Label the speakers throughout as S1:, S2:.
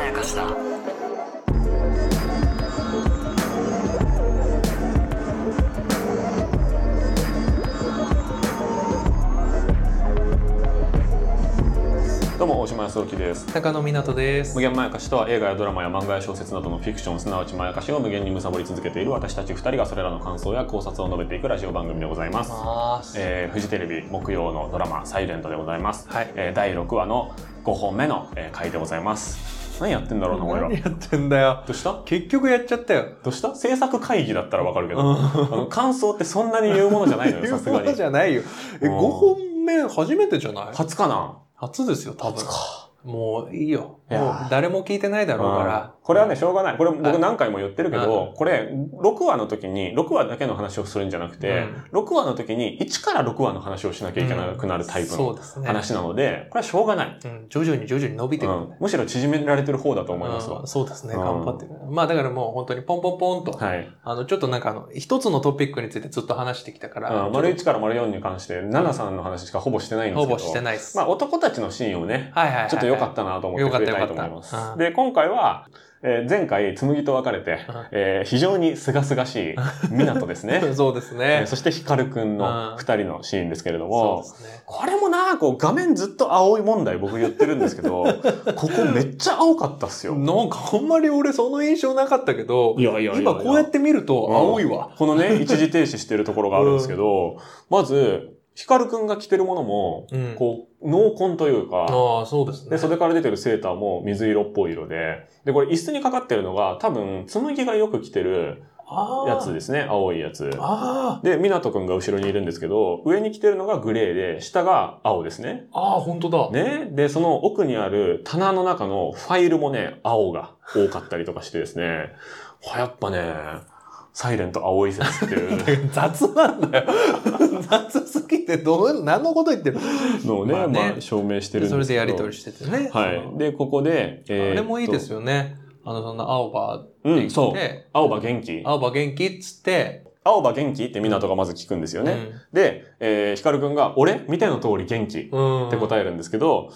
S1: やかしだ
S2: どうも大島康之です
S3: 高野湊です
S2: 無限まやかしとは映画やドラマや漫画や小説などのフィクションすなわちまやかしを無限に貪り続けている私たち2人がそれらの感想や考察を述べていくラジオ番組でございます、
S3: ます
S2: えーフジテレビ木曜のドラマ「サイレントでございます、
S3: はい
S2: えー第6話の5本目の、えー回でございます何やってんだろうな俺ら
S3: 何
S2: ど
S3: やってんだよ
S2: うしたど
S3: 結局やっちゃったよ
S2: うした制作会議だったらわかるけど、
S3: うん
S2: あの感想ってそんなに言うものじゃないのよさすが
S3: 言うこ
S2: に
S3: とじゃないよえ
S2: うん
S3: 5本目初めてじゃない
S2: 初かな
S3: 初ですよ多分もういいよ
S2: いや
S3: もう誰も聞いてないだろうから
S2: これはね、しょうがない。これ僕
S3: はい
S2: 何回も言ってるけ
S3: う
S2: ど、これ6話の時に、6話だけの話をするんじゃなくて、6話の時に1から6話の話をしなきゃいけなくなるタイプ
S3: そう
S2: の
S3: ですね
S2: 話なので、これはしょうがない。
S3: うん徐々に徐々に伸びてくるね
S2: うんむしろ縮められてる方だと思いますわ
S3: うん。そうですね
S2: うん
S3: 頑張ってるまあだからもう本当にポンポンポンと
S2: はい。
S3: あのちょっとなんかあの一つのトピックについてずっと話してきたから
S2: うん丸1から丸4に関して、ナナさんの話しかほぼしてないんです
S3: ほ
S2: けど、
S3: ぼしてないです
S2: まあ男たちのシーンをね、
S3: はいはいはいはい
S2: ちょっと良かったなと思って触れたいと思いま
S3: よかったよかっ
S2: す。
S3: た
S2: で、今回は、えー前回、紬と別れて
S3: うん、
S2: えー非常に清々 しい湊ですね。
S3: そうです
S2: え
S3: ね
S2: ーそして光くん
S3: う
S2: の
S3: ん
S2: 二人のシーンですけれど
S3: そ
S2: も、
S3: うですね
S2: これもな、こう画面ずっと青い問題僕言ってるんですけ ど、ここめっちゃ青かったっすよ。
S3: なんかあんまり俺その印象なかったけど、
S2: いやいやいやいや
S3: 今こうやって見ると
S2: うん
S3: 青いわ。
S2: このね、一時停止してるところがあるんですけど、まず、光くんが着てるものも、
S3: うん
S2: こう、濃紺というか、
S3: ああ、そうですね。
S2: で、袖から出てるセーターも水色っぽい色で、で、これ椅子にかかってるのが、多分、紬がよく着てる
S3: ああ
S2: やつですね、青いやつ。
S3: あ
S2: で、湊くんが後ろにいるんですけど、上に着てるのがグレーで、下が青ですね。
S3: あ、ああ、本当だ。
S2: ね、で、その奥にある棚の中のファイルもね、青が多かったりとかしてですね、ほやっぱね、サイレント青い説って いう
S3: 雑なんだよ。 雑すぎて、どう、何のこと言ってる
S2: のをね、
S3: ま
S2: ま
S3: あ
S2: あ
S3: ね
S2: 証明してるんですけど。
S3: それでやり取りしててね。
S2: はい。で、ここで、
S3: そのあれもいいです
S2: よ。
S3: よね。あの、そんな青葉って
S2: う
S3: 言
S2: ん、そ
S3: っ
S2: う。
S3: て、
S2: 青葉元気。
S3: 青葉元気っつって、
S2: 青葉元気って湊がまず聞くんですよね。で、えー、光くんが、俺見ての通り元気っ
S3: うん。
S2: て答えるんですけど、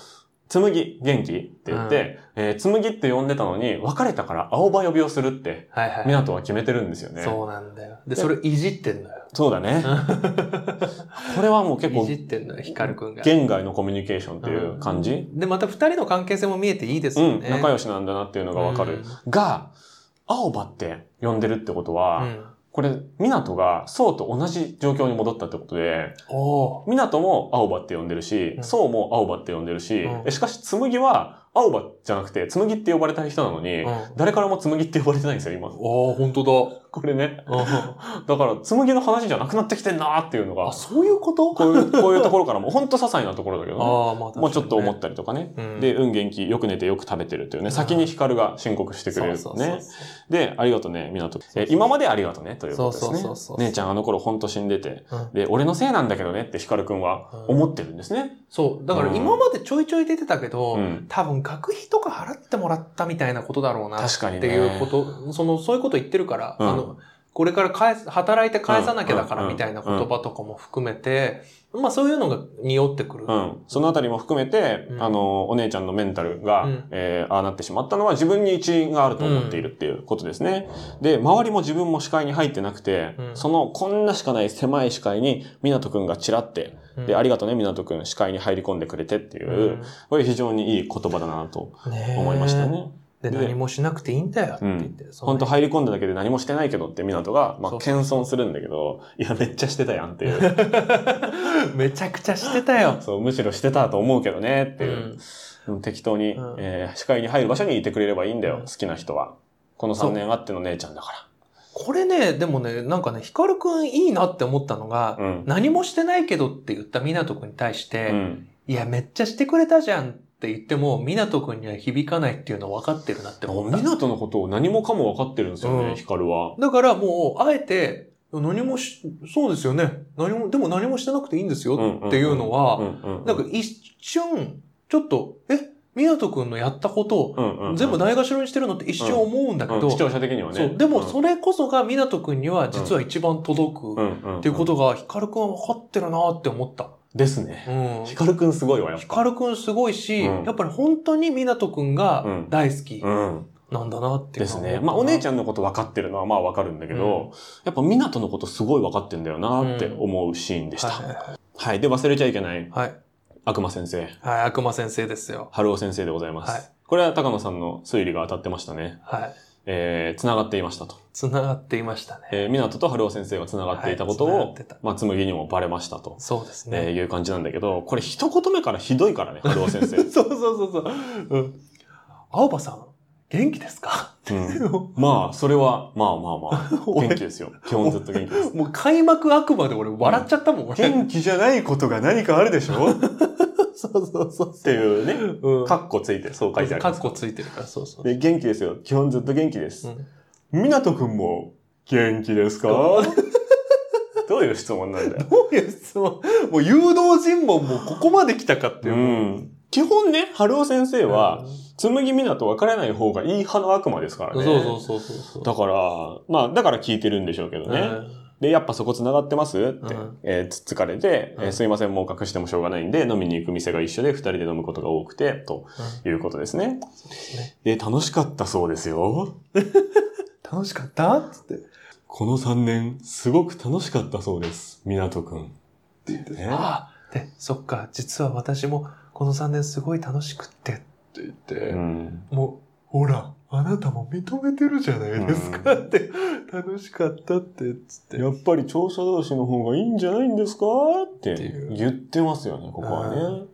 S2: 紬元気って言って、えー、紬って呼んでたのに、別れたから青葉呼びをするって、
S3: え。はいはい。
S2: 湊は決めてるんですよね。
S3: そうなんだよ。で、それいじってんのよ。
S2: そうだ ね。これはもう結
S3: い
S2: 構
S3: じ、ってんのよ、ヒカルくんが。
S2: 言外のコミュニケーションっていう感じ。
S3: で、また二人の関係性も見えていいです
S2: うん、
S3: よね。
S2: 仲
S3: 良
S2: 良しなんだなっていうのがわかる。
S3: う
S2: が、青葉って呼んでるってことは、
S3: うん。
S2: これ、港が、そうと同じ状況に戻ったってことで、
S3: おー
S2: 港も青葉って呼んでるし
S3: う、ん
S2: そうも青葉って呼んでるし、
S3: うん
S2: えしかし、紬は、青葉じゃなくて、紬って呼ばれた人なのに、
S3: うん
S2: 誰からも紬って呼ばれてないんですよ、今。
S3: ああ、本当
S2: これね。
S3: だ。
S2: だから、紬の話じゃなくなってきてんなーっていうのが
S3: あ、、そういうこと
S2: こういう、こういうところからも、ほんと些細なところだけどね。
S3: ああ、まあ、。
S2: もうちょっと思ったたりとかね。
S3: うん
S2: で、、運元気、よく寝てよく食べてるというね、先に光が申告してくれる
S3: そうそうそう
S2: ね。
S3: そ
S2: で、ありがとね、港。
S3: う
S2: え今までありがとね、ということですね。
S3: そうそうそうそう
S2: 姉ちゃんあの頃ほんと死んでて
S3: うん。
S2: で、俺のせいなんだけどねって光くんは
S3: うん
S2: 思ってるんですね。
S3: うそう。だから今までちょいちょい出てたけど、
S2: うん
S3: 多分学費とか払ってもらったみたいなことだろうな。
S2: 確かにね
S3: っていうこと、その、そういうこと言ってるから、
S2: うん
S3: あの、これから返す、働いて返さなきゃだか
S2: うん
S3: ら
S2: うん
S3: みたいな言葉とかも含めて、まあそういうのが匂ってくる。
S2: うん。そのあたりも含めて、
S3: うん
S2: あの、お姉ちゃんのメンタルが、
S3: うん
S2: えーああなってしまったのは自分に一因があると思っているっていうことですね。で、周りも自分も視界に入ってなくて、
S3: うん
S2: そのこんなしかない狭い視界に、湊くんがチラって、
S3: うん
S2: で、ありがとね、湊くん、視界に入り込んでくれてっていう、これ非常にいい言葉だなと
S3: ねえ
S2: 思いました。ね。
S3: で、
S2: で
S3: 何もしなくていいんだよって言って。その
S2: 本当入り込んだだけで何もしてないけどって湊が、まあ、
S3: そう
S2: 謙遜するんだけど、いや、めっちゃしてたやんっていう。
S3: めちゃくちゃしてたよ。
S2: そう、むしろしてたと思うけどねっていう。でも適当に、
S3: うん
S2: えー視界に入る場所にいてくれればいいんだよ、
S3: うん
S2: 好きな人は。この
S3: そう
S2: 3年あっての姉ちゃんだか
S3: これね、でもね、なんかね、ヒカルくんいいなって思ったのが、
S2: ら。うん。
S3: 何もしてないけどって言った湊くんに対して、
S2: うん。
S3: いや、めっちゃしてくれたじゃんって言っても、湊くんには響かないっていうの分かってるなって思った。
S2: 湊のことを何もかも分かってるんですよ
S3: うん
S2: ね、ヒカルは。
S3: だからもう、あえて、何もし、そうですよね。何も、でも何もしてなくていいんですよっていうのは、
S2: うんうんうん
S3: なんか一瞬、ちょっと、え、湊くんのやったことを、
S2: うんうんうん
S3: 全部ないがしろにしてるのって一瞬思うんだけど、
S2: うん視聴者的にはね。
S3: そう。でも、
S2: ん
S3: それこそが、湊くんには実は一番届く
S2: んんん
S3: っていうことが、ヒカルくんは分かってるなって思った。
S2: ですね。
S3: うん。
S2: ヒカルくんすごいわ、やっ
S3: ヒ
S2: ぱ。
S3: カルくんすごいし、
S2: うん
S3: やっぱり本当に湊くんが
S2: うん
S3: 大好き
S2: うん。
S3: なんだなっていう
S2: で
S3: の
S2: す
S3: は思う
S2: ね。まあ、お姉ちゃんのこと分かってるのはまあ分かるんだけど、やっぱ、港のことすごい分かってんだよなって思うシーンでした。はい、
S3: は
S2: で、忘れちゃいけない
S3: い。、はい。
S2: 悪魔先生、
S3: はい。悪魔先生ですよ。
S2: 春尾先生でございます。
S3: はい
S2: これは高野さんの推理が当たってましたね。
S3: はい。
S2: えー、繋がっていましたと。
S3: 繋がっていましたね。
S2: えー、港と春尾先生が繋がっていたことを、
S3: はい繋がってた
S2: まあ、紬にもバレましたと。
S3: そうです
S2: えー
S3: ね。
S2: いう感じなんだけど、これ一言目からひどいからね、春尾先 生。
S3: そうそうそうそう。うん。青葉さん、元気ですか
S2: うんまあ、それは、まあまあまあ、元気です よ。基本ずっと元気です。
S3: もう開幕悪魔で俺笑っちゃったもん、俺。
S2: 元気じゃないことが何かあるでし ょっ
S3: そうそうそう。
S2: ていうね、
S3: うん。
S2: カッコついて、そう書いてあり
S3: カ
S2: ま
S3: ッ
S2: す。
S3: コついてるから、そうそう。
S2: で、元気ですよ。基本ずっと元気で
S3: う
S2: す。
S3: ん
S2: みなとくんも、元気ですか どういう質問なんだよ。
S3: どういう質問もう誘導尋問もここまで来たかっていうう。
S2: ん。基本ね、春尾先生
S3: うん
S2: は、、紬みなと別れない方がいい派の悪魔ですから
S3: そう
S2: ね。
S3: そうそうそうそう。
S2: だから、まあ、だから聞いてるんでしょうけどね。で、やっぱそこ繋がってますって、
S3: うん
S2: えーつっつかれて、えー
S3: うん
S2: すいません、もう隠してもしょうがないんで、飲みに行く店が一緒で、二人で飲むことが多くて、ということですね。で、楽しかったそうですよ。
S3: 楽しかったっつって。
S2: この3年、すごく楽しかったそうです、港くん。って言ってね。
S3: ああで、そっか、実は私もこの3年すごい楽しくってって言って、
S2: うん。
S3: もう、ほら、あなたも認めてるじゃないですか
S2: うん
S3: って、楽しかったって、つって。
S2: やっぱり調査同士の方がいいんじゃないんですかって
S3: っていう
S2: 言ってますよね、ここ
S3: う
S2: はね。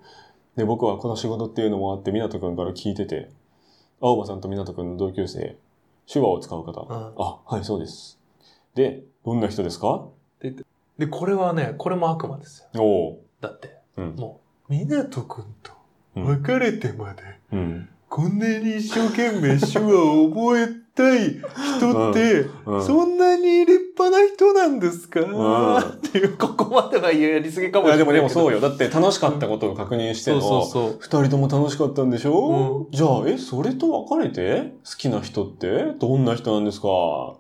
S2: で、僕はこの仕事っていうのもあって、港くんから聞いてて、青葉さんと港くんの同級生、手話を使う方、
S3: うん
S2: あ、はい、そうです。で、どんな人ですか
S3: で、これはね、これも悪魔ですよ。
S2: おお
S3: だって、
S2: う。うん。
S3: もう、湊くんと
S2: うん
S3: 別れてまで、
S2: うん。
S3: こんなに一生懸命手話を覚えたい人って、
S2: うん
S3: そんなに立派な人なんですか、
S2: ん
S3: っていう、ここまではやりすぎか
S2: い
S3: もし
S2: や、で
S3: れないけ
S2: も
S3: ど。
S2: でもそうよ。
S3: よ。
S2: だって楽しかったことを確認して
S3: そうそう
S2: の、
S3: そう。
S2: 二人とも楽しかったんでしょ、
S3: う
S2: じゃあ、え、それと別れて好きな人ってどんな人なんですか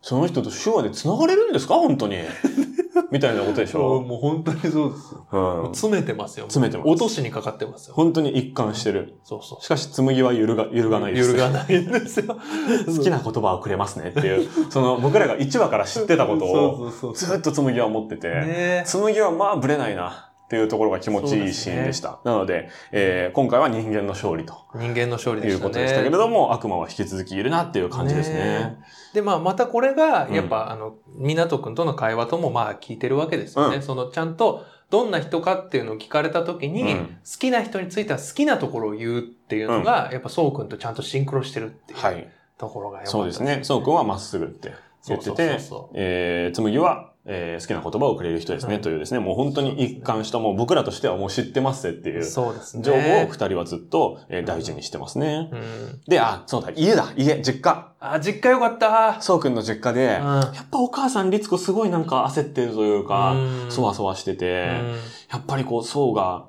S2: その人と手話で繋がれるんですか本当に。 みたいなことでし
S3: そう
S2: ょ、
S3: もう本当にそうですよ。
S2: うん
S3: もう詰めてますよ。
S2: 詰めてます
S3: 落としにかかってますよ。
S2: 本当に一貫してる。
S3: そうそう。
S2: しかし、紬は揺るが、揺るがないです。
S3: 揺るがないんですよ。
S2: 好きな言葉をくれますねっていう、その僕らが1話から知ってたことを、
S3: そうそうそ
S2: ず
S3: う
S2: っと紬は思ってて、
S3: ね
S2: 紬はまあブレないなっていうところが気持ちいいシーンでした。なので、えー今回は人間の勝利と
S3: 人間の勝利で
S2: い
S3: し
S2: う
S3: たね。
S2: ことでしたけれども、悪魔は引き続きいるなっていう感じですね。
S3: えで、まあ、またこれが、やっぱ、あの、港くんとの会話とも、まあ、聞いてるわけですよね。
S2: う
S3: その、ちゃんと、どんな人かっていうのを聞かれたときに、
S2: うん
S3: 好きな人については好きなところを言うっていうのが、やっぱ、そうくんとちゃんとシンクロしてるっていう
S2: はい。
S3: ところが良かった
S2: そうですね。そうくんはまっすぐって言ってて
S3: そうそうそうそ、
S2: えー紬は、えー好きな言葉をくれる人ですね、
S3: うん
S2: というですね、もう本当に一貫した、もう僕らとしてはもう知ってますっていう
S3: そうですね。
S2: 情報を二人はずっと、えー大事にしてますね。
S3: うん。
S2: で、あ、そうだ、家だ、家、実家。
S3: あ、実家よかった。
S2: そうくんの実家で、や
S3: う
S2: っぱお母さん、律子すごいなんか焦ってるというか、
S3: うん
S2: そわそわしてて、
S3: ん。うん
S2: やっぱりこう、そうが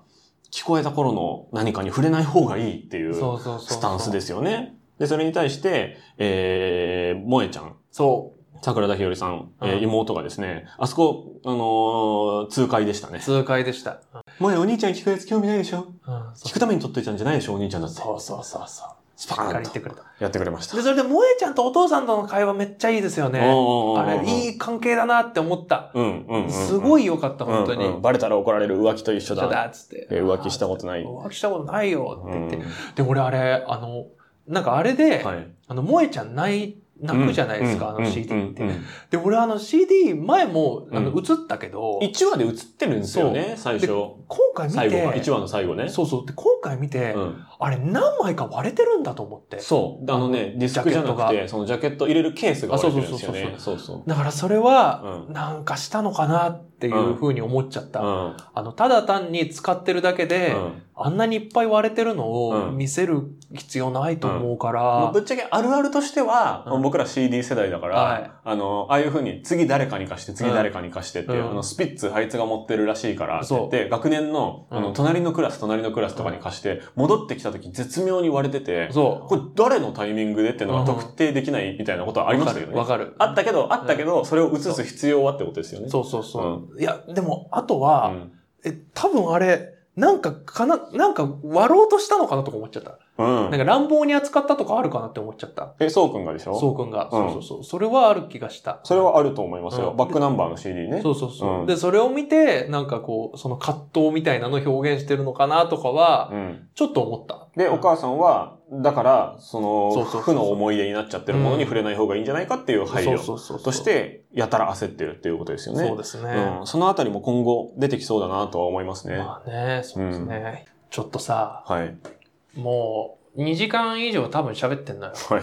S2: 聞こえた頃の何かに触れない方がいいっていう
S3: そうそうそうそう。。
S2: スタンスですすよね。で、それに対して、えー、萌えちゃん、
S3: そ
S2: 桜田ひよりさん、えー
S3: うん
S2: 妹がですね、あそこ、あのー痛快でしたね
S3: う。。痛快でした。
S2: 萌え、お兄ちゃん聞くやつ興味ないでしょ
S3: うん、
S2: 聞くために取っといたんじゃないでしょお兄ちゃんだって。
S3: そうそうそうそう。
S2: スパ
S3: しっか
S2: ー
S3: り
S2: ン
S3: 言っ
S2: と
S3: てくれた。
S2: やってくれました。
S3: で、それで、萌えちゃんとお父さんとの会話めっちゃいいですよね。あれ、い
S2: い。
S3: い関係だなって思った。
S2: うんうんうんうん。
S3: すご
S2: い、
S3: い良かった、本当に。
S2: うんうんバレたら怒られる浮気と一緒
S3: ちょっと
S2: だ。
S3: だっつって。
S2: えー浮気したことない。
S3: 浮気したことないよって言って。
S2: うん
S3: で、俺あれ、あの、なんかあれで、
S2: はい。
S3: あの、萌えちゃんない、泣くじゃないですか、
S2: うん
S3: あの CD って。
S2: うんうんうん
S3: で、俺あの CD 前も、あの、
S2: う
S3: 映ったけど、
S2: 一話で映ってるんですよね、最初
S3: で。今回見て、
S2: 最後が、一話の最後ね。
S3: そうそう。で、今回見て、
S2: うん
S3: あれ何枚か割れてるんだと思って。
S2: そう。あのね、ディスクじゃなく
S3: ジャケ
S2: て、そのジャケット入れるケースが割れてるんですよね。
S3: あ
S2: そうそう。
S3: だからそれは、
S2: うん
S3: なんかしたのかなっていうふうに思っちゃった。
S2: うん
S3: あの、ただ単に使ってるだけで、
S2: うん
S3: あんなにいっぱい割れてるのを
S2: うん
S3: 見せる必要ないと思うか
S2: ま
S3: ら、
S2: あぶっちゃけあるあるとしては、
S3: うん
S2: 僕ら CD 世代だから、
S3: はい
S2: あの、ああいうふうに次誰かに貸して、次誰かに貸してっていう、
S3: うん
S2: あの、スピッツあいつが持ってるらしいからって
S3: そう
S2: 言って、学年の、あ
S3: う
S2: の、
S3: ん
S2: 隣のクラス、隣のクラスとかに貸して、戻ってきた時絶妙に割れてて、
S3: そ
S2: これ誰のタイミングでっていうのが特定できないみたいなこと
S3: う。
S2: はありましたよね。
S3: わかる。わか
S2: あったけど、あったけど、それを映す必要はってことですよね。
S3: るそうそうそう。いや、でも、あとは、
S2: ん。
S3: え、多分あれ、なんか、かな、なんか割ろうとしたのかなとか思っちゃった。
S2: うん。
S3: なんか乱暴に扱ったとかあるかなって思っちゃった。
S2: え、そうくんがでしょ
S3: そうくんが。
S2: う
S3: そ
S2: ん
S3: うそうそう。それはある気がした。
S2: それはあると思いますよ。
S3: うん
S2: バックナンバーの CD ね。
S3: そうそうそう。
S2: うん
S3: で、それを見て、なんかこう、その葛藤みたいなのを表現してるのかなとかは、
S2: うん。
S3: ちょっと思った。
S2: で、お母さんは、だから、そ
S3: そう
S2: の、
S3: そうそう
S2: 負の思い出になっちゃってるものに触れない方がいいんじゃないかっていう配慮
S3: そうそうそうそう
S2: として、やたら焦ってるっていうことですよね。
S3: そうですね
S2: う。ん。そのあたりも今後出てきそうだなとは思いますね。
S3: まあね、そうですね。ちょっとさ、
S2: はい。
S3: もう、2時間以上多分喋ってんのよ。
S2: はい。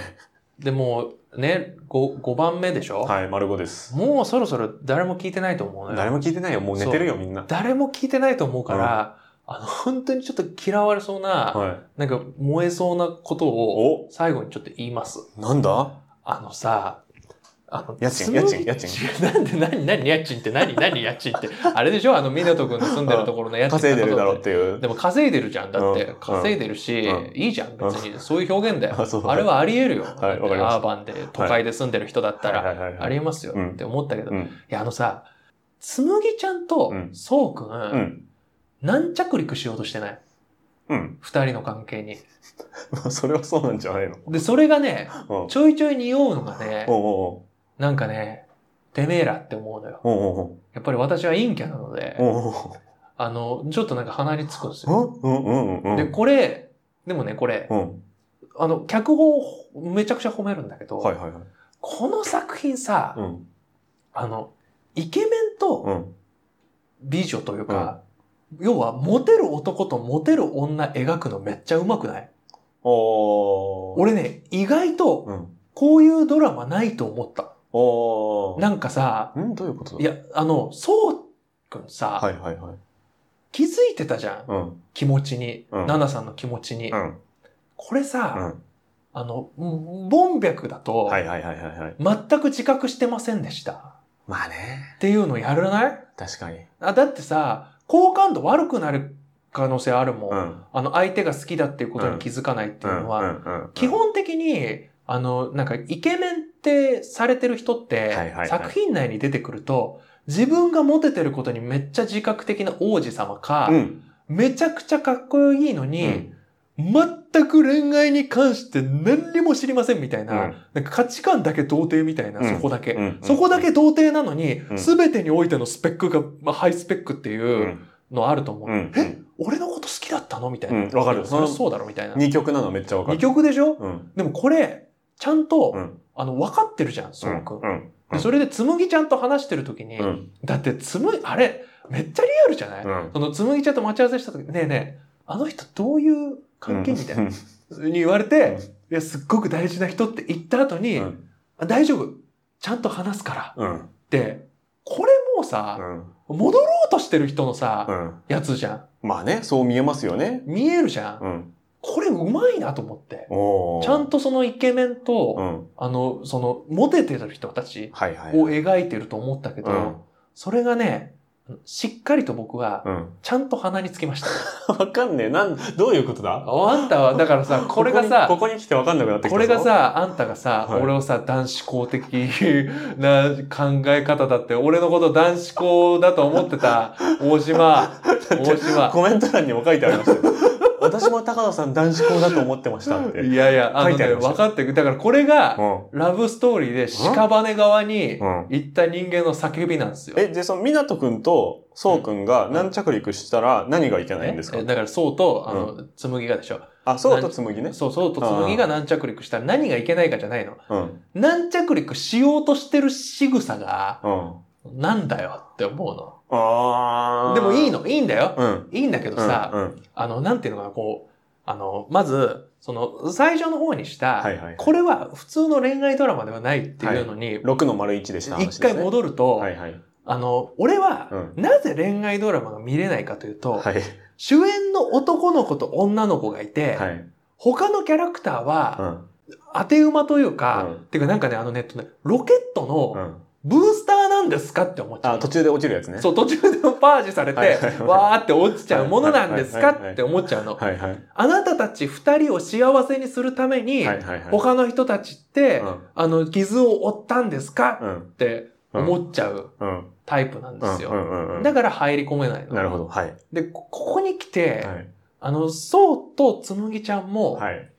S3: で、もうね、5, 5番目でしょ、
S2: はい、丸5です。
S3: もうそろそろ誰も聞いてないと思うのよ。
S2: 誰も聞いてないよ。もう寝てるよ、みんな。
S3: 誰も聞いてないと思うから、あの、本当にちょっと嫌われそうな、
S2: は
S3: なんか燃えそうなこと
S2: い。
S3: を
S2: お
S3: 最後にちょっと言います。
S2: なんだ
S3: あのさ、あの、
S2: 家賃
S3: つむぎ
S2: 家賃家賃
S3: 違う なんで、何、何、家賃って、何、何、家賃って。あれでしょあの、湊君の住んでるところの家賃
S2: 稼いでるだろうっ
S3: っ。
S2: てていう。
S3: でも稼いでるじゃん。だって、
S2: うん
S3: 稼いでるし、
S2: う
S3: いいじゃん。別に、 そういう表現だよ。
S2: あそう
S3: あれはあり得るよ。
S2: はい
S3: だって
S2: わかりました
S3: アーバンで、都会で住んでる人だったら、
S2: はいはいはいはい
S3: ありえますよ
S2: うん
S3: って思ったけど、
S2: う
S3: い
S2: ん。
S3: や、あのさ、つむぎちゃんと
S2: うん、
S3: そうく、
S2: うんん。
S3: 何着陸しようとしてない
S2: うん。
S3: 二人の関係に。
S2: まあそれはそうなんじゃ ないの。
S3: で、それがね、
S2: うん。おう
S3: ちょいちょい匂うのがね、
S2: おう
S3: なんかね、てめえらって思うのよ。
S2: おうおうおう
S3: やっぱり私は陰キャなので
S2: お、うおうおう
S3: あの、ちょっとなんか鼻につくんですよ。
S2: うんうんうんうん。
S3: で、これ、でもね、これ、
S2: うん。
S3: あの、脚本をめちゃくちゃ褒めるんだけど、
S2: はいはいはい。
S3: この作品さ、
S2: うん。
S3: あの、イケメンと
S2: うん。
S3: 美女というか、要は、モテる男とモテる女描くのめっちゃうまくない
S2: おー。
S3: 俺ね、意外と、
S2: うん。
S3: こういうドラマないと思った。
S2: おー。
S3: なんかさ、
S2: んどういうことだ
S3: いや、あの、そうくんさ、
S2: はいはいはい。
S3: 気づいてたじゃん。
S2: うん。
S3: 気持ちに。
S2: うん
S3: ナナさんの気持ちに。
S2: うん。
S3: これさ、
S2: うん。
S3: あの、うんボンビャクだと、
S2: はいはいはいはいはい。
S3: 全く自覚してませんでした。
S2: まあね。
S3: っていうのやらない
S2: 確かに。
S3: あだってさ、好感度悪くなる可能性あるもん。
S2: うん。
S3: あの、相手が好きだっていうことに気づかないっていうのは、
S2: うんうんうん
S3: 基本的に、あの、なんか、イケメンってされてる人っ
S2: はい
S3: て、
S2: はいはい
S3: 作品内に出てくると、自分がモテてることにめっちゃ自覚的な王子様か、
S2: うん。
S3: めちゃくちゃかっこいいの
S2: う
S3: に、
S2: ん。
S3: 全く恋愛に関して何にも知りませんみたいな、
S2: うん
S3: なんか価値観だけ童貞みたいな、
S2: うん
S3: そこだけ、
S2: うん
S3: そこだけ童貞なのに、
S2: うん。
S3: 全てにおいてのスペックが、まあ、ハイスペックっていううんのあると思う。
S2: うん。
S3: え俺のこと好きだったのみたいな。
S2: うんわかる
S3: いやそれそうだろみたいな。
S2: 二曲なのめっちゃわか
S3: 二
S2: る。
S3: 曲でしょ
S2: うん。
S3: でもこれ、ちゃんと、
S2: うん
S3: あの、分かってるじゃん、そうくん。
S2: うん。
S3: でそれで、つむぎちゃんと話してる時に、
S2: うん。
S3: だって、つむ、あれ、めっちゃリアルじゃない、
S2: うん。
S3: その、つむぎちゃんと待ち合わせした時、ねえねえ、あの人どういう関係みたいな。
S2: うん。
S3: に言われて
S2: うん、
S3: いや、すっごく大事な人って言った後に、
S2: うん
S3: あ大丈夫、ちゃんと話すからっ
S2: うん。
S3: て、これもう
S2: う
S3: さ、
S2: ん
S3: 戻ろうとしてる人のさ、
S2: うん。
S3: やつじゃん。
S2: まあね、そう見えますよね。
S3: 見えるじゃん。
S2: うん。
S3: これうまいなと思って。
S2: おー
S3: ちゃんとそのイケメンと、
S2: うん。
S3: あの、その、モテてる人たち
S2: はいはい。
S3: を描いてると思ったけど、
S2: うん
S3: それがね、しっかりと僕は、
S2: うん。
S3: ちゃんと鼻につきました。
S2: わかんねえ。なん、どういうことだ
S3: ああんたは、だからさ、これがさ、
S2: ここにここに来てわかんなくなってきたぞ。
S3: これがさ、あんたがさ、
S2: はい
S3: 俺をさ、男子校的な考え方だって、俺のこと男子校だと思っ てた、大島、大島。
S2: コメント欄にも書いてありましたよ 私も高野さん男子校だと思ってましたって。うん。
S3: いやいや、あ
S2: 書
S3: の
S2: いてあ
S3: ね、
S2: りました
S3: 分かってく。だからこれが、
S2: う
S3: ラブストーリーで屍側に
S2: ん。
S3: 行った人間の叫びなんですよ。
S2: え、で、その、湊くんと、そうくんが
S3: ん
S2: 何着陸したら何がいけないんですか
S3: えだから、そうと、あの、紬がでしょ。
S2: あ、そうと紬ね。
S3: そう、そうと紬が何着陸したら何がいけないかじゃないの。
S2: うん。
S3: 何着陸しようとしてる仕草が、
S2: うん。
S3: なんだよって思う
S2: あ
S3: の。
S2: あ。
S3: でもいい
S2: の
S3: の、いいんだよ。
S2: うん。
S3: いいんだけどさ、
S2: うんうん
S3: あの、なんていうのかな、こう、あの、まず、その、最初の方にした、
S2: はいはい
S3: これは普通の恋愛ドラマではないっていうのに、
S2: 6の丸1でした話で
S3: 一
S2: す、ね。
S3: 回戻ると、
S2: はいはい。
S3: あの、俺は、
S2: う
S3: なぜ恋愛ドラマが見れないかというと、
S2: はい。
S3: 主演の男の子と女の子がいて、
S2: はい。
S3: 他のキャラクター
S2: う
S3: は、
S2: ん。
S3: 当て馬というか、
S2: うん
S3: っていうかなんかね、あのネットね、ロケット
S2: う
S3: の
S2: ん。
S3: ブースターなんですかって思っちゃう。
S2: あ、途中で落ちるやつね。
S3: そう、途中でパージされて、
S2: はいはいはい
S3: わーって落ちちゃうものなんですかって思っちゃうの。
S2: はいはい。
S3: あなたたち二人を幸せにするために、
S2: はいはいはい。
S3: 他の人たちって、
S2: うん
S3: あの、傷を負ったんですか
S2: うん。
S3: って
S2: うん
S3: 思っちゃう
S2: うん。
S3: タイプなんです
S2: う
S3: よ。
S2: んうんうん。
S3: だから入り込めないの。
S2: なるほど。はい。
S3: で、こここに来て、
S2: はい。
S3: あの、そうとつむぎちゃんも、
S2: はい。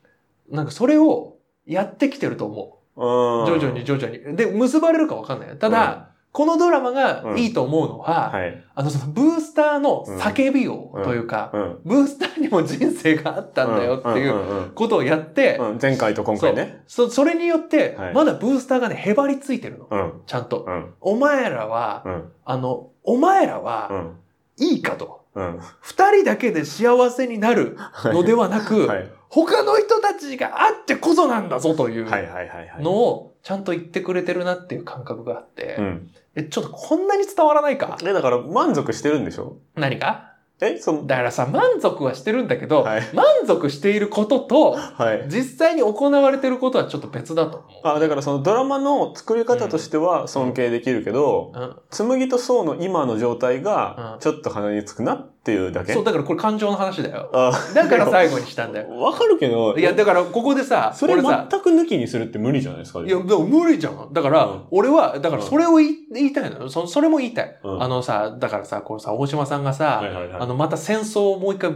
S3: なんかそれをやってきてると思う。徐
S2: 徐
S3: 々に。徐々に。で、結ばれるかわかんない。ただ、このドラマがいいと思うのは、
S2: はい。
S3: あの、そのブースターの叫びを
S2: うん
S3: というか、
S2: うん。
S3: ブースターにも人生があったんだよっていううん
S2: うん
S3: ことをやって、
S2: うん。うん前回と今回ね。
S3: そそれによって、
S2: はい
S3: まだブースターがね、へばりついてるの。
S2: うん。
S3: ちゃんと。
S2: うん。
S3: お前らは、
S2: うん。
S3: あの、お前ら
S2: う
S3: は、
S2: ん。
S3: いいかと。
S2: うん。
S3: 二人だけで幸せになるのではなく、
S2: はい。
S3: 他の人たちがあってこそなんだぞという
S2: はいはいはいはい。
S3: のをちゃんと言ってくれてるなっていう感覚があって
S2: う、ん。
S3: えちょっとこんなに伝わらないか
S2: え、だから満足してるんでしょ
S3: 何か
S2: え、その、
S3: だからさ、満足はしてるんだけど、
S2: はい
S3: 満足していることと、
S2: はい。
S3: 実際に行われてることはちょっと別だと思う。
S2: あ、だからそのドラマの作り方としては尊敬できるけど、
S3: うん
S2: 紬と想の今の状態
S3: う
S2: が
S3: ん
S2: ちょっと鼻につくなっていうだけ。
S3: そう、だからこれ感情の話だよ。
S2: あ
S3: だから最後にしたんだよ。
S2: わかるけど、
S3: いや、だからここでさ、
S2: それ
S3: 俺
S2: 全
S3: さ、
S2: く抜きにするって無理じゃないですか。
S3: い
S2: で
S3: や、
S2: も
S3: でも無理じゃん。だから、
S2: うん
S3: 俺は、だからそれを言い言いたいのよ。そそれも言いたい、
S2: うん
S3: あのさ、だからさ、こうさ、大島さんがさ、
S2: はいはいはい
S3: あの、また戦争をもう一回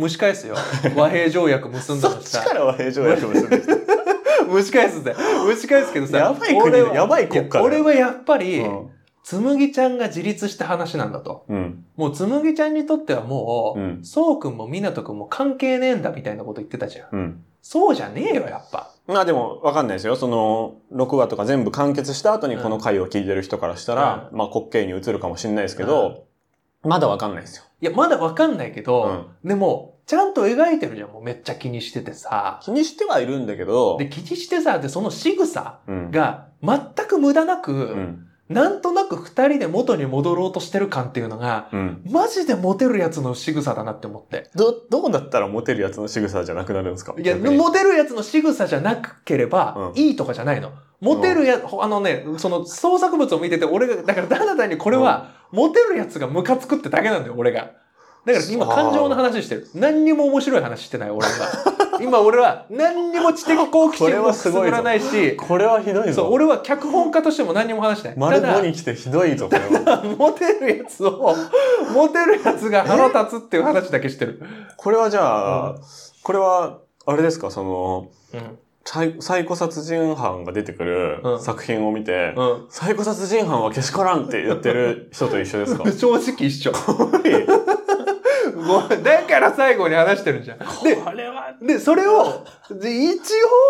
S3: 蒸し返す よ。和平条約結んだ
S2: そ
S3: の
S2: っち
S3: しさ。
S2: からは平常やと思ってる。
S3: 蒸し返すぜ。蒸し返すけどさ、
S2: やばい国
S3: 俺は
S2: やばい国家だよ
S3: や俺はやっぱり、
S2: うん
S3: つむぎちゃんが自立した話なんだと。
S2: うん。
S3: もうつむぎちゃんにとってはも
S2: う
S3: う、
S2: ん。
S3: そうくんもみなとくんも関係ねえんだみたいなこと言ってたじゃん。
S2: うん。
S3: そうじゃねえよ、やっぱ。
S2: まあでも、わかんないですよ。その、6話とか全部完結した後にこの回を聞いてる人からしたら、まあ滑稽に映るかもしれないですけど、まだわかんないですよ。
S3: いや、まだわかんないけ
S2: う
S3: ど、
S2: ん
S3: でも、ちゃんと描いてるじゃん、もうめっちゃ気にしててさ。
S2: 気にしてはいるんだけど、
S3: で、気にしてさ、で、その仕草
S2: うん
S3: が全く無駄な
S2: う
S3: く、
S2: ん。
S3: なんとなく二人で元に戻ろうとしてる感っていうのが、
S2: うん。
S3: マジでモテるやつの仕草だなって思って。
S2: ど、どうだったらモテるやつの仕草じゃなくなるんですか
S3: いや、
S2: 逆に
S3: モテるやつの仕草じゃなければ
S2: う、ん
S3: いいとかじゃないの。モテるや、あのね、その創作物を見てて、俺が、だからただ単にこれは、モテるやつがムカつくってだけなんだよ、俺が。だから今
S2: あー
S3: 感情の話してる。何にも面白い話してない、俺は。 今俺は、何にも知的好奇
S2: これ
S3: 心も
S2: は
S3: くす
S2: すご
S3: ぐ
S2: いぞ
S3: らないし、
S2: これはひどい
S3: そう、
S2: ぞ。
S3: 俺は脚本家としても何にも話してない。
S2: 丸
S3: ただ
S2: 5に来てひどいぞ、これは。
S3: モテるやつを、モテるやつが腹立つっていう話だけしてる。
S2: これはじゃあ、これは、あれですか、その、
S3: うん。
S2: サイサイコ殺人犯が出てくる
S3: うん
S2: 作品を見て、
S3: うん。
S2: サイコ殺人犯はけしからんって言ってる人と一緒 ですか
S3: 正直一緒。
S2: これ
S3: ごめんだから最後に話してるじゃん。で、
S2: は、
S3: で、それを、で一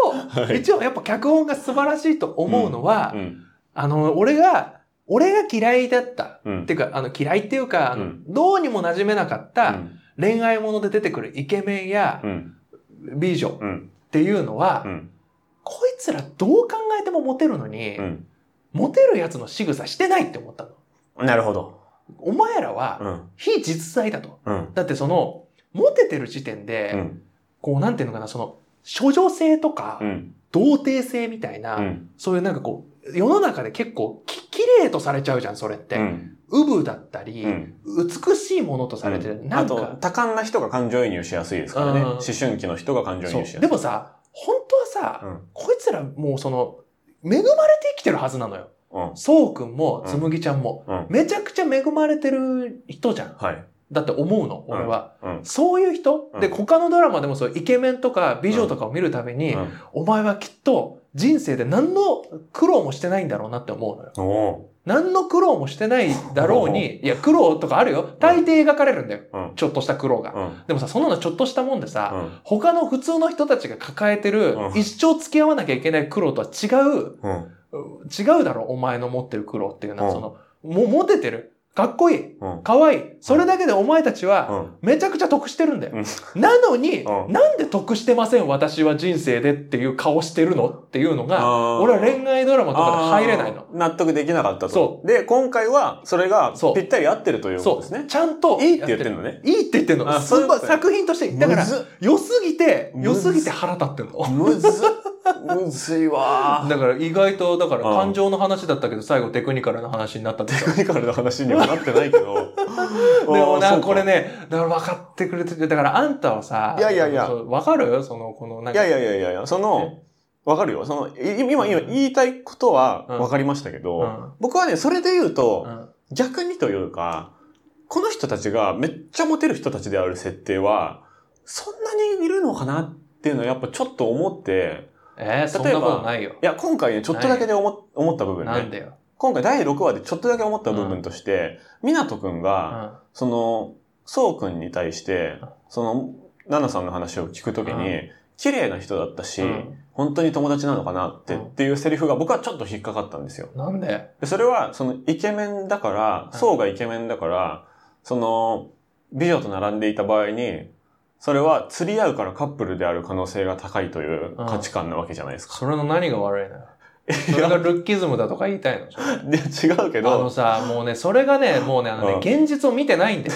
S3: 応、
S2: はい
S3: 一応やっぱ脚本が素晴らしいと思うのは、
S2: うん、
S3: あの、俺が、俺が嫌いだった。
S2: うん
S3: っていうか、あの、嫌いっていうか、あの
S2: うん
S3: どうにも馴染めなか
S2: う
S3: った
S2: ん、
S3: 恋愛もので出てくるイケメンや
S2: うん、
S3: 美女っ
S2: うん、
S3: ていうのは、
S2: うん、
S3: こいつらどう考えてもモテるのに、
S2: うん。
S3: モテるやつの仕草してないって思ったの。
S2: なるほど。
S3: お前ら
S2: う
S3: は
S2: ん、
S3: 非実在だと。
S2: うん、
S3: だってその、モテてる時点で、
S2: うん、
S3: こう、なんていうのかな、その、処女性とか
S2: う、ん、
S3: 童貞性みたいな、
S2: うん、
S3: そういうなんかこう、世の中で結構き、綺麗とされちゃうじゃん、それって。
S2: うん、
S3: うぶだったり、
S2: うん。
S3: 美しいものとされてる。な
S2: あ
S3: ん
S2: と、
S3: か、
S2: 多感な人が感情移入しやすいですからね。
S3: うん
S2: 思春期の人が感情移
S3: そ
S2: 入しやす
S3: う。
S2: い。
S3: でもさ、本当はさ、
S2: うん、
S3: こいつらもうその、恵まれて生きてるはずなのよ。
S2: うん、
S3: そうくんも、つむぎちゃんも、
S2: うん。
S3: めちゃくちゃ恵まれてる人じゃん。
S2: はい。
S3: だって思うの、俺は。
S2: うん、
S3: そういう人、
S2: うん
S3: で、他のドラマでもそう、イケメンとか美女とかを見るために、
S2: うん。
S3: お前はきっと人生で何の苦労もしてないんだろうなって思うのよ。
S2: おお
S3: 何の苦労もしてないだろうに、いや、苦労とかあるよ。大抵描かれるんだよ。
S2: ー。うん、
S3: ちょっとした苦労が。
S2: うん、
S3: でもさ、そんなのちょっとしたもんで
S2: う
S3: さ、
S2: ん、
S3: 他の普通の人たちが抱えてる
S2: う、ん
S3: 一生付き合わなきゃいけない苦労とは違う、
S2: うん、
S3: 違うだろう、お前の持ってる苦労っていうのは、
S2: うん
S3: その、も、モテてる。かっこいい。
S2: うん、
S3: かわいい。それだけでお前たちは、
S2: うん。
S3: めちゃくちゃ得してるんだよ。なのに、
S2: うん
S3: なんで得してません私は人生でっていう顔してるのっていうのが、俺は
S2: 愛
S3: 恋愛ドラマとかで入れないの。。
S2: 納得できなかったと。
S3: そ
S2: で、今回はそれが
S3: そう
S2: ぴったり合ってるというこ
S3: そ
S2: と
S3: う
S2: ですね。
S3: ちゃんと。
S2: いいって言ってんのね。
S3: いいって言ってんの。
S2: あ
S3: すん
S2: そういうこ
S3: ば
S2: とね
S3: 作品として、だから
S2: む、ず
S3: 良すぎて、
S2: むず
S3: 良すぎて腹立ってんの。
S2: むず、むずいわ
S3: だから意外と、だから
S2: うん
S3: 感情の話だったけど、最後テクニカルな話になったんで
S2: テクニカルな話にはなってないけど。
S3: でも
S2: あーそ
S3: な、
S2: うか
S3: これね、だから分かってくれてて、だからあんたはさ、
S2: いやいやいや
S3: そう分かるその、この、なん
S2: いやい
S3: か、
S2: やいやいやいや、その、わかるよ。その、い今、今言いたいことはわかりましたけど、
S3: うん
S2: 僕はね、それで言うと、
S3: うん
S2: 逆にというか、この人たちがめっちゃモテる人たちである設定は、そんなにいるのかなっていうのはやっぱちょっと思って、
S3: えー、そんなことないよ。
S2: いや、今回ね、ちょっとだけで思思った部分
S3: なん
S2: ね。
S3: でよ。
S2: 今回第6話でちょっとだけ思った部分として、湊くん
S3: う
S2: が、
S3: ん
S2: その、そうくんに対して
S3: うん、
S2: その、奈々さんの話を聞くとき
S3: う
S2: に、綺麗な人だったし、
S3: うん
S2: 本当に友達なのかなって、
S3: うん
S2: っていうセリフが僕はちょっと引っかかったんですよ。
S3: なんで
S2: でそれは、そのイケメンだから、
S3: うん
S2: 層がイケメンだから、その、美女と並んでいた場合に、それは釣り合うからカップルである可能性が高いという価値観なわけじゃないですか。
S3: それの何が悪いのよ。そ
S2: い
S3: れ
S2: や
S3: がルッキズムだとか言いたいの
S2: で違うけ
S3: あの
S2: ど、
S3: さ、もうね、それがね、もうね、あのね、
S2: うん
S3: 現実を見てないんだ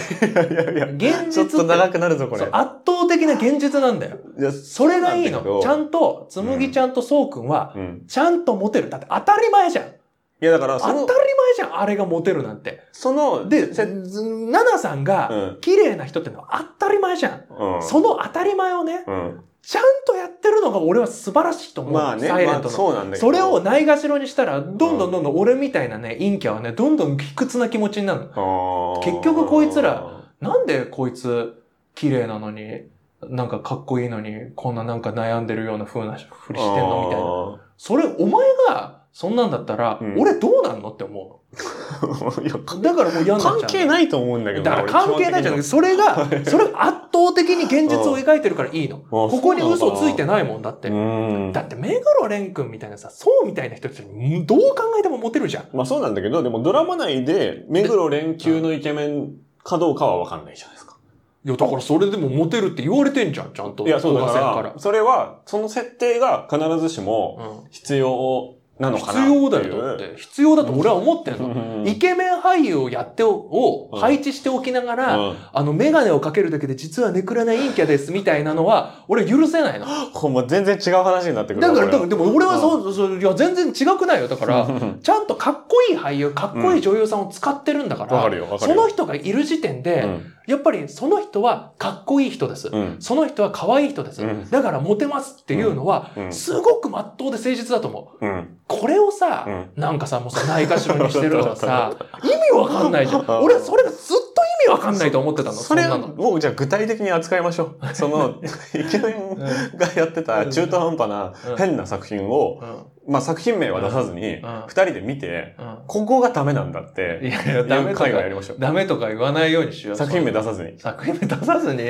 S3: よ。
S2: いやいやいや、
S3: 現
S2: ち
S3: 実
S2: ょ
S3: っ
S2: ってと長くなるぞ、こ
S3: そ
S2: れ
S3: う。圧倒的な現実なんだよ。
S2: いや
S3: それがい
S2: そ
S3: い
S2: うなんだけど
S3: の。ちゃんと、つむぎちゃんとそうくんは、
S2: うん。
S3: ちゃんとモテる。だって当たり前じゃん。
S2: いや、だから、
S3: 当
S2: そ
S3: たり
S2: の
S3: 前、じゃん、あれがモテるなんて。
S2: その、
S3: で、
S2: せ
S3: ずナナさん
S2: う
S3: が、
S2: ん。
S3: 綺麗な人ってのは当たり前じゃん。
S2: うん。
S3: その当たり前をね、
S2: うん。
S3: ちゃんとやってるのが俺は素晴らしいと思う。
S2: まあね、
S3: サイレ
S2: ま
S3: ント
S2: あ、
S3: の。
S2: そうなんだけど。
S3: それを、ないがしろにしたら、どんどんどんどん俺みたいなね、陰キャはね、どんどん卑屈な気持ちになるの。結局こいつら、なんでこいつ、綺麗なのに、なんかかっこいいのに、こんななんか悩んでるような風なふりしてんのみたいな。それ、お前が、そんなんだったら、
S2: うん
S3: 俺どうなんのって思
S2: みたいな。いや
S3: うの。だからもう嫌になっちゃうの。
S2: 関係ないと思うんだけど
S3: だから関係ないじゃなくて、それが、それが圧倒的に現実を描いてるからいいの。ここに嘘ついて
S2: な
S3: ないもんだって。
S2: うん
S3: だって、目黒蓮君みたいなさ、そうみたいな人たち、んどう考えてもモテるじゃん。
S2: まあそうなんだけど、でもドラマ内で目黒連休のイケメンかどうかはわかんないじゃないですか。
S3: いや、だからそれでもモテるって言われてんじゃん、ちゃんと。
S2: いや、そうだ
S3: 動画線
S2: から、それは、その設定が必ずしも
S3: らうん
S2: 必要なのか
S3: 必
S2: な
S3: 要だよ、だっ
S2: って
S3: て。必要だと俺は思ってん
S2: いう。
S3: の。
S2: うん
S3: イケメン俳優をやってお、
S2: う
S3: を
S2: ん
S3: 配置しておきながら、
S2: うん
S3: あの、メガネをかけるだけで実はネクラな陰キャですみたいなのは、俺許せないの。
S2: これもう全然違う話になってくる
S3: だ
S2: わ
S3: から、
S2: こ
S3: だか
S2: れ
S3: らでも俺は
S2: うん
S3: そう、そう、いや、全然違くないよ。だから、
S2: うん
S3: ちゃんとかっこいい俳優、かっこいい女優さんを使ってるんだから、
S2: わかるよ、わか
S3: そ
S2: る
S3: の
S2: よ。
S3: 人がいる時点で、
S2: うん
S3: やっぱりその人はかっこいい人です。
S2: うん
S3: その人は可愛い人です。
S2: うん
S3: だからモテますっていうのは、
S2: うん
S3: すごく真っ当で誠実だと思う。
S2: うん
S3: これをさ、
S2: うん
S3: なんかさ、もうさ、ないがしろにしてるの はさ、意味わかんないじゃん。俺、それがずっと意味わかんないと思ってたの。そ
S2: それ
S3: んなの。
S2: をじゃあ具体的に扱いましょう。その、イケメン
S3: うん
S2: がやってた中途半端な変な作品を、
S3: うん
S2: まあ作品名は出さずに、
S3: うん
S2: 二人で見て、
S3: う
S2: ここがダメなんだっ
S3: ん。い
S2: て、
S3: やいや、ダメとか
S2: 会話やりましょう。
S3: ダメとか言わないようにしよう。
S2: 作品名出さずに。
S3: 作品名出さず に、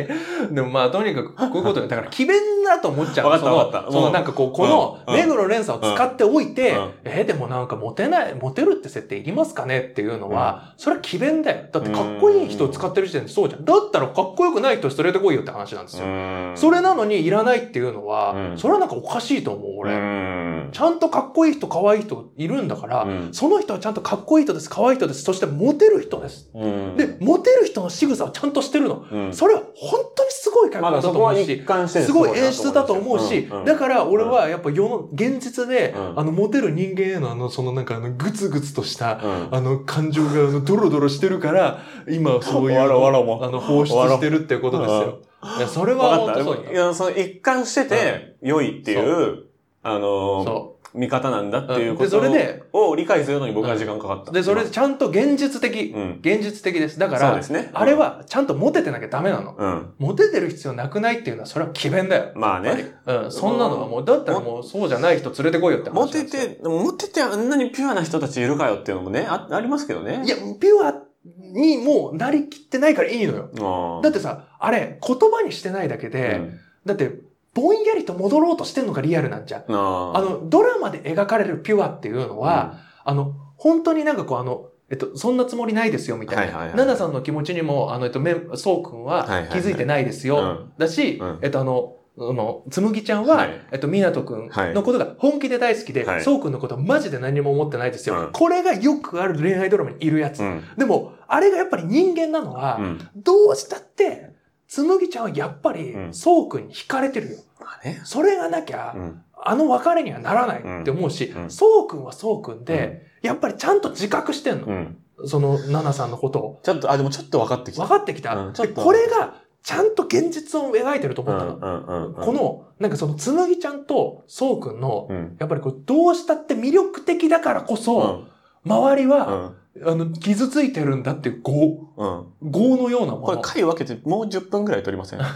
S3: でもまあとにかくこういうことよだから、奇弁だと思っちゃう。
S2: わかった
S3: その
S2: わかった
S3: そ
S2: も
S3: の
S2: う
S3: なんかこう、この
S2: うん
S3: 目黒蓮さんを使っておいて、
S2: うん
S3: えーでもなんかモテない、モテるって設定いりますかねっていうのは、それは奇弁だよ。だってかっこいい人を使ってる時点でそうじゃん。だったらかっこよくない人連れてこいよって話なんですよ。それなのにいらないっていうのは、
S2: うん
S3: それはなんかおかしいと思う、俺。
S2: うん
S3: ちゃんとかっこいい人、可愛い人いるんだから、
S2: うん
S3: その人はちゃんとかっこいい人です、可愛い人です、そしてモテる人です。
S2: うん
S3: で、モテる人の仕草をちゃんとしてるの。
S2: うん
S3: それは本当にすごい改
S2: ま
S3: 革
S2: だ
S3: だと
S2: そこ
S3: 思
S2: は
S3: う
S2: 一
S3: し、
S2: 貫して
S3: すごい演出だと思うし
S2: ん、ん
S3: だから俺はやっぱ世の、現実で、
S2: うん
S3: あの、モテる人間へのあの、そのなんかあの、ぐつぐつとした、
S2: うん
S3: あの、感情があの、ドロドロしてるから、今そう
S2: 終
S3: いう、
S2: わろう終わろうもう
S3: あの、放出してるっていうことですよ。いや、それは
S2: わ
S3: 本
S2: か
S3: 当
S2: っ
S3: そう
S2: た。い
S3: だよ。
S2: や、その一貫してて、良いっていう、あの
S3: そ
S2: ー、見方なんだっていう
S3: うん
S2: こ
S3: でそれで
S2: とを理解するのに僕は時間かかった。
S3: う。で、それ
S2: うん
S3: ちゃんと現実的
S2: う。ん。
S3: 現実的です。だか
S2: そうで
S3: ら、
S2: すね。
S3: あれ、はちゃんとモテてなきゃダメなの。
S2: うん。
S3: モテてる必要なくないっていうのは、それは奇弁だよ。
S2: まあね。
S3: うん、そんなのはもう、だったらもうそうじゃない人連れてこいよって話な
S2: モ
S3: んです
S2: テ
S3: よ。
S2: て、モテてあんなにピュアな人たちいるかよっていうのもね、あありますけどね。
S3: いや、ピュアにもうなりきってないからいいのよ。
S2: ああ
S3: だってさ、あれ、言葉にしてないだけで、だって、ぼんやりと戻ろうとしてんのがリアルなんじゃん。
S2: うんあ
S3: あの、ドラマで描かれるピュアっていうの
S2: の
S3: は、、あの、本当になんかこう、あの、えっと、そんなつもりないですよ、みたいな。
S2: はいはいはい
S3: ナナさんの気持ちにも、あの、えっと、め、そうくん
S2: はいはい
S3: は
S2: はい
S3: 気づいてないですよ。
S2: うん
S3: だし、
S2: うん
S3: えっと、あの、あの、つむぎちゃんは、
S2: はい
S3: えっと、みなとくんのことが本気で大好きで、
S2: はい
S3: そうくんのことマジで何も思ってないですよ。
S2: うん
S3: これがよくある恋愛ドラマにいるやつ。
S2: うん
S3: でも、あれがやっぱり人間なのは、
S2: うん
S3: どうしたって、つむぎちゃんはやっぱり
S2: う、ん
S3: そうくんに惹かれてるよ。
S2: まあね。
S3: それがなきゃ、
S2: うん
S3: あの別れにはならないって思うし
S2: うんう、ん
S3: そうくんはそうくんで、やっぱりちゃんと自覚してん
S2: う
S3: の。
S2: ん
S3: その、ナナさんのことを。
S2: ちょっと、あ、でもちょっと分かってきた。
S3: 分かってきた
S2: うん。ちょっ
S3: で
S2: と
S3: これが、ちゃんと現実を描いてると思ったの。こ
S2: こ
S3: の、なんかその、つむぎちゃんと、そうくんの、
S2: の、うん
S3: やっぱりこう、どうしたって魅力的だからこ
S2: う
S3: そ、
S2: ん
S3: 周り
S2: う
S3: は、
S2: ん
S3: あの、傷ついてるんだっていう業、
S2: うん
S3: 業のようなも
S2: これ
S3: の。
S2: 回分けてもう10分ぐらい取りません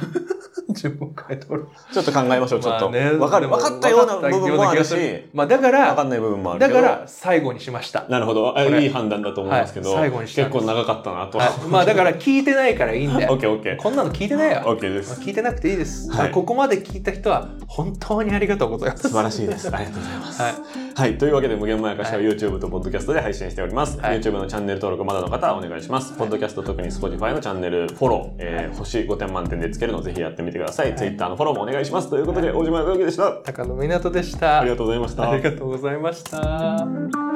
S2: ち
S3: 自分書いておる。
S2: ょっと考えましょう、ちょっと。
S3: まあね
S2: 分かる。分かったような部分もあるし、
S3: 分かったような気がす
S2: 分
S3: まあ、だか、
S2: からんない部分もある
S3: だ
S2: けど。
S3: から、最後にしました。
S2: なるほど。あ
S3: これ
S2: いい判断だと思いますけど、
S3: はい最後にしたん
S2: 結
S3: です
S2: 構長かったなと。
S3: はいまあ、だから、聞いてないからいいんだ
S2: オ
S3: よ。
S2: ッケ ーオッケー。
S3: こんなの聞いてない
S2: オ
S3: よ。
S2: ッケーで
S3: まあ
S2: す。
S3: 聞いてなくていいです。
S2: はい
S3: まあここまで聞いた人は、本当にありがとうございます。
S2: 素晴らしいです。ありがとうございます。
S3: はい
S2: はい。というわけで、無限まやかしは
S3: はい
S2: YouTube と Podcast で配信しております。
S3: はい
S2: YouTube のチャンネル登録まだの方はお願いします。Podcast 特に Spotify のチャンネルフォロー、えー星5点満点でつけるのぜひやってみてください。Twitter のフォローもお願いします。ということで、大島康之でした。
S3: 高野湊でした。
S2: ありがとうございました。
S3: ありがとうございました。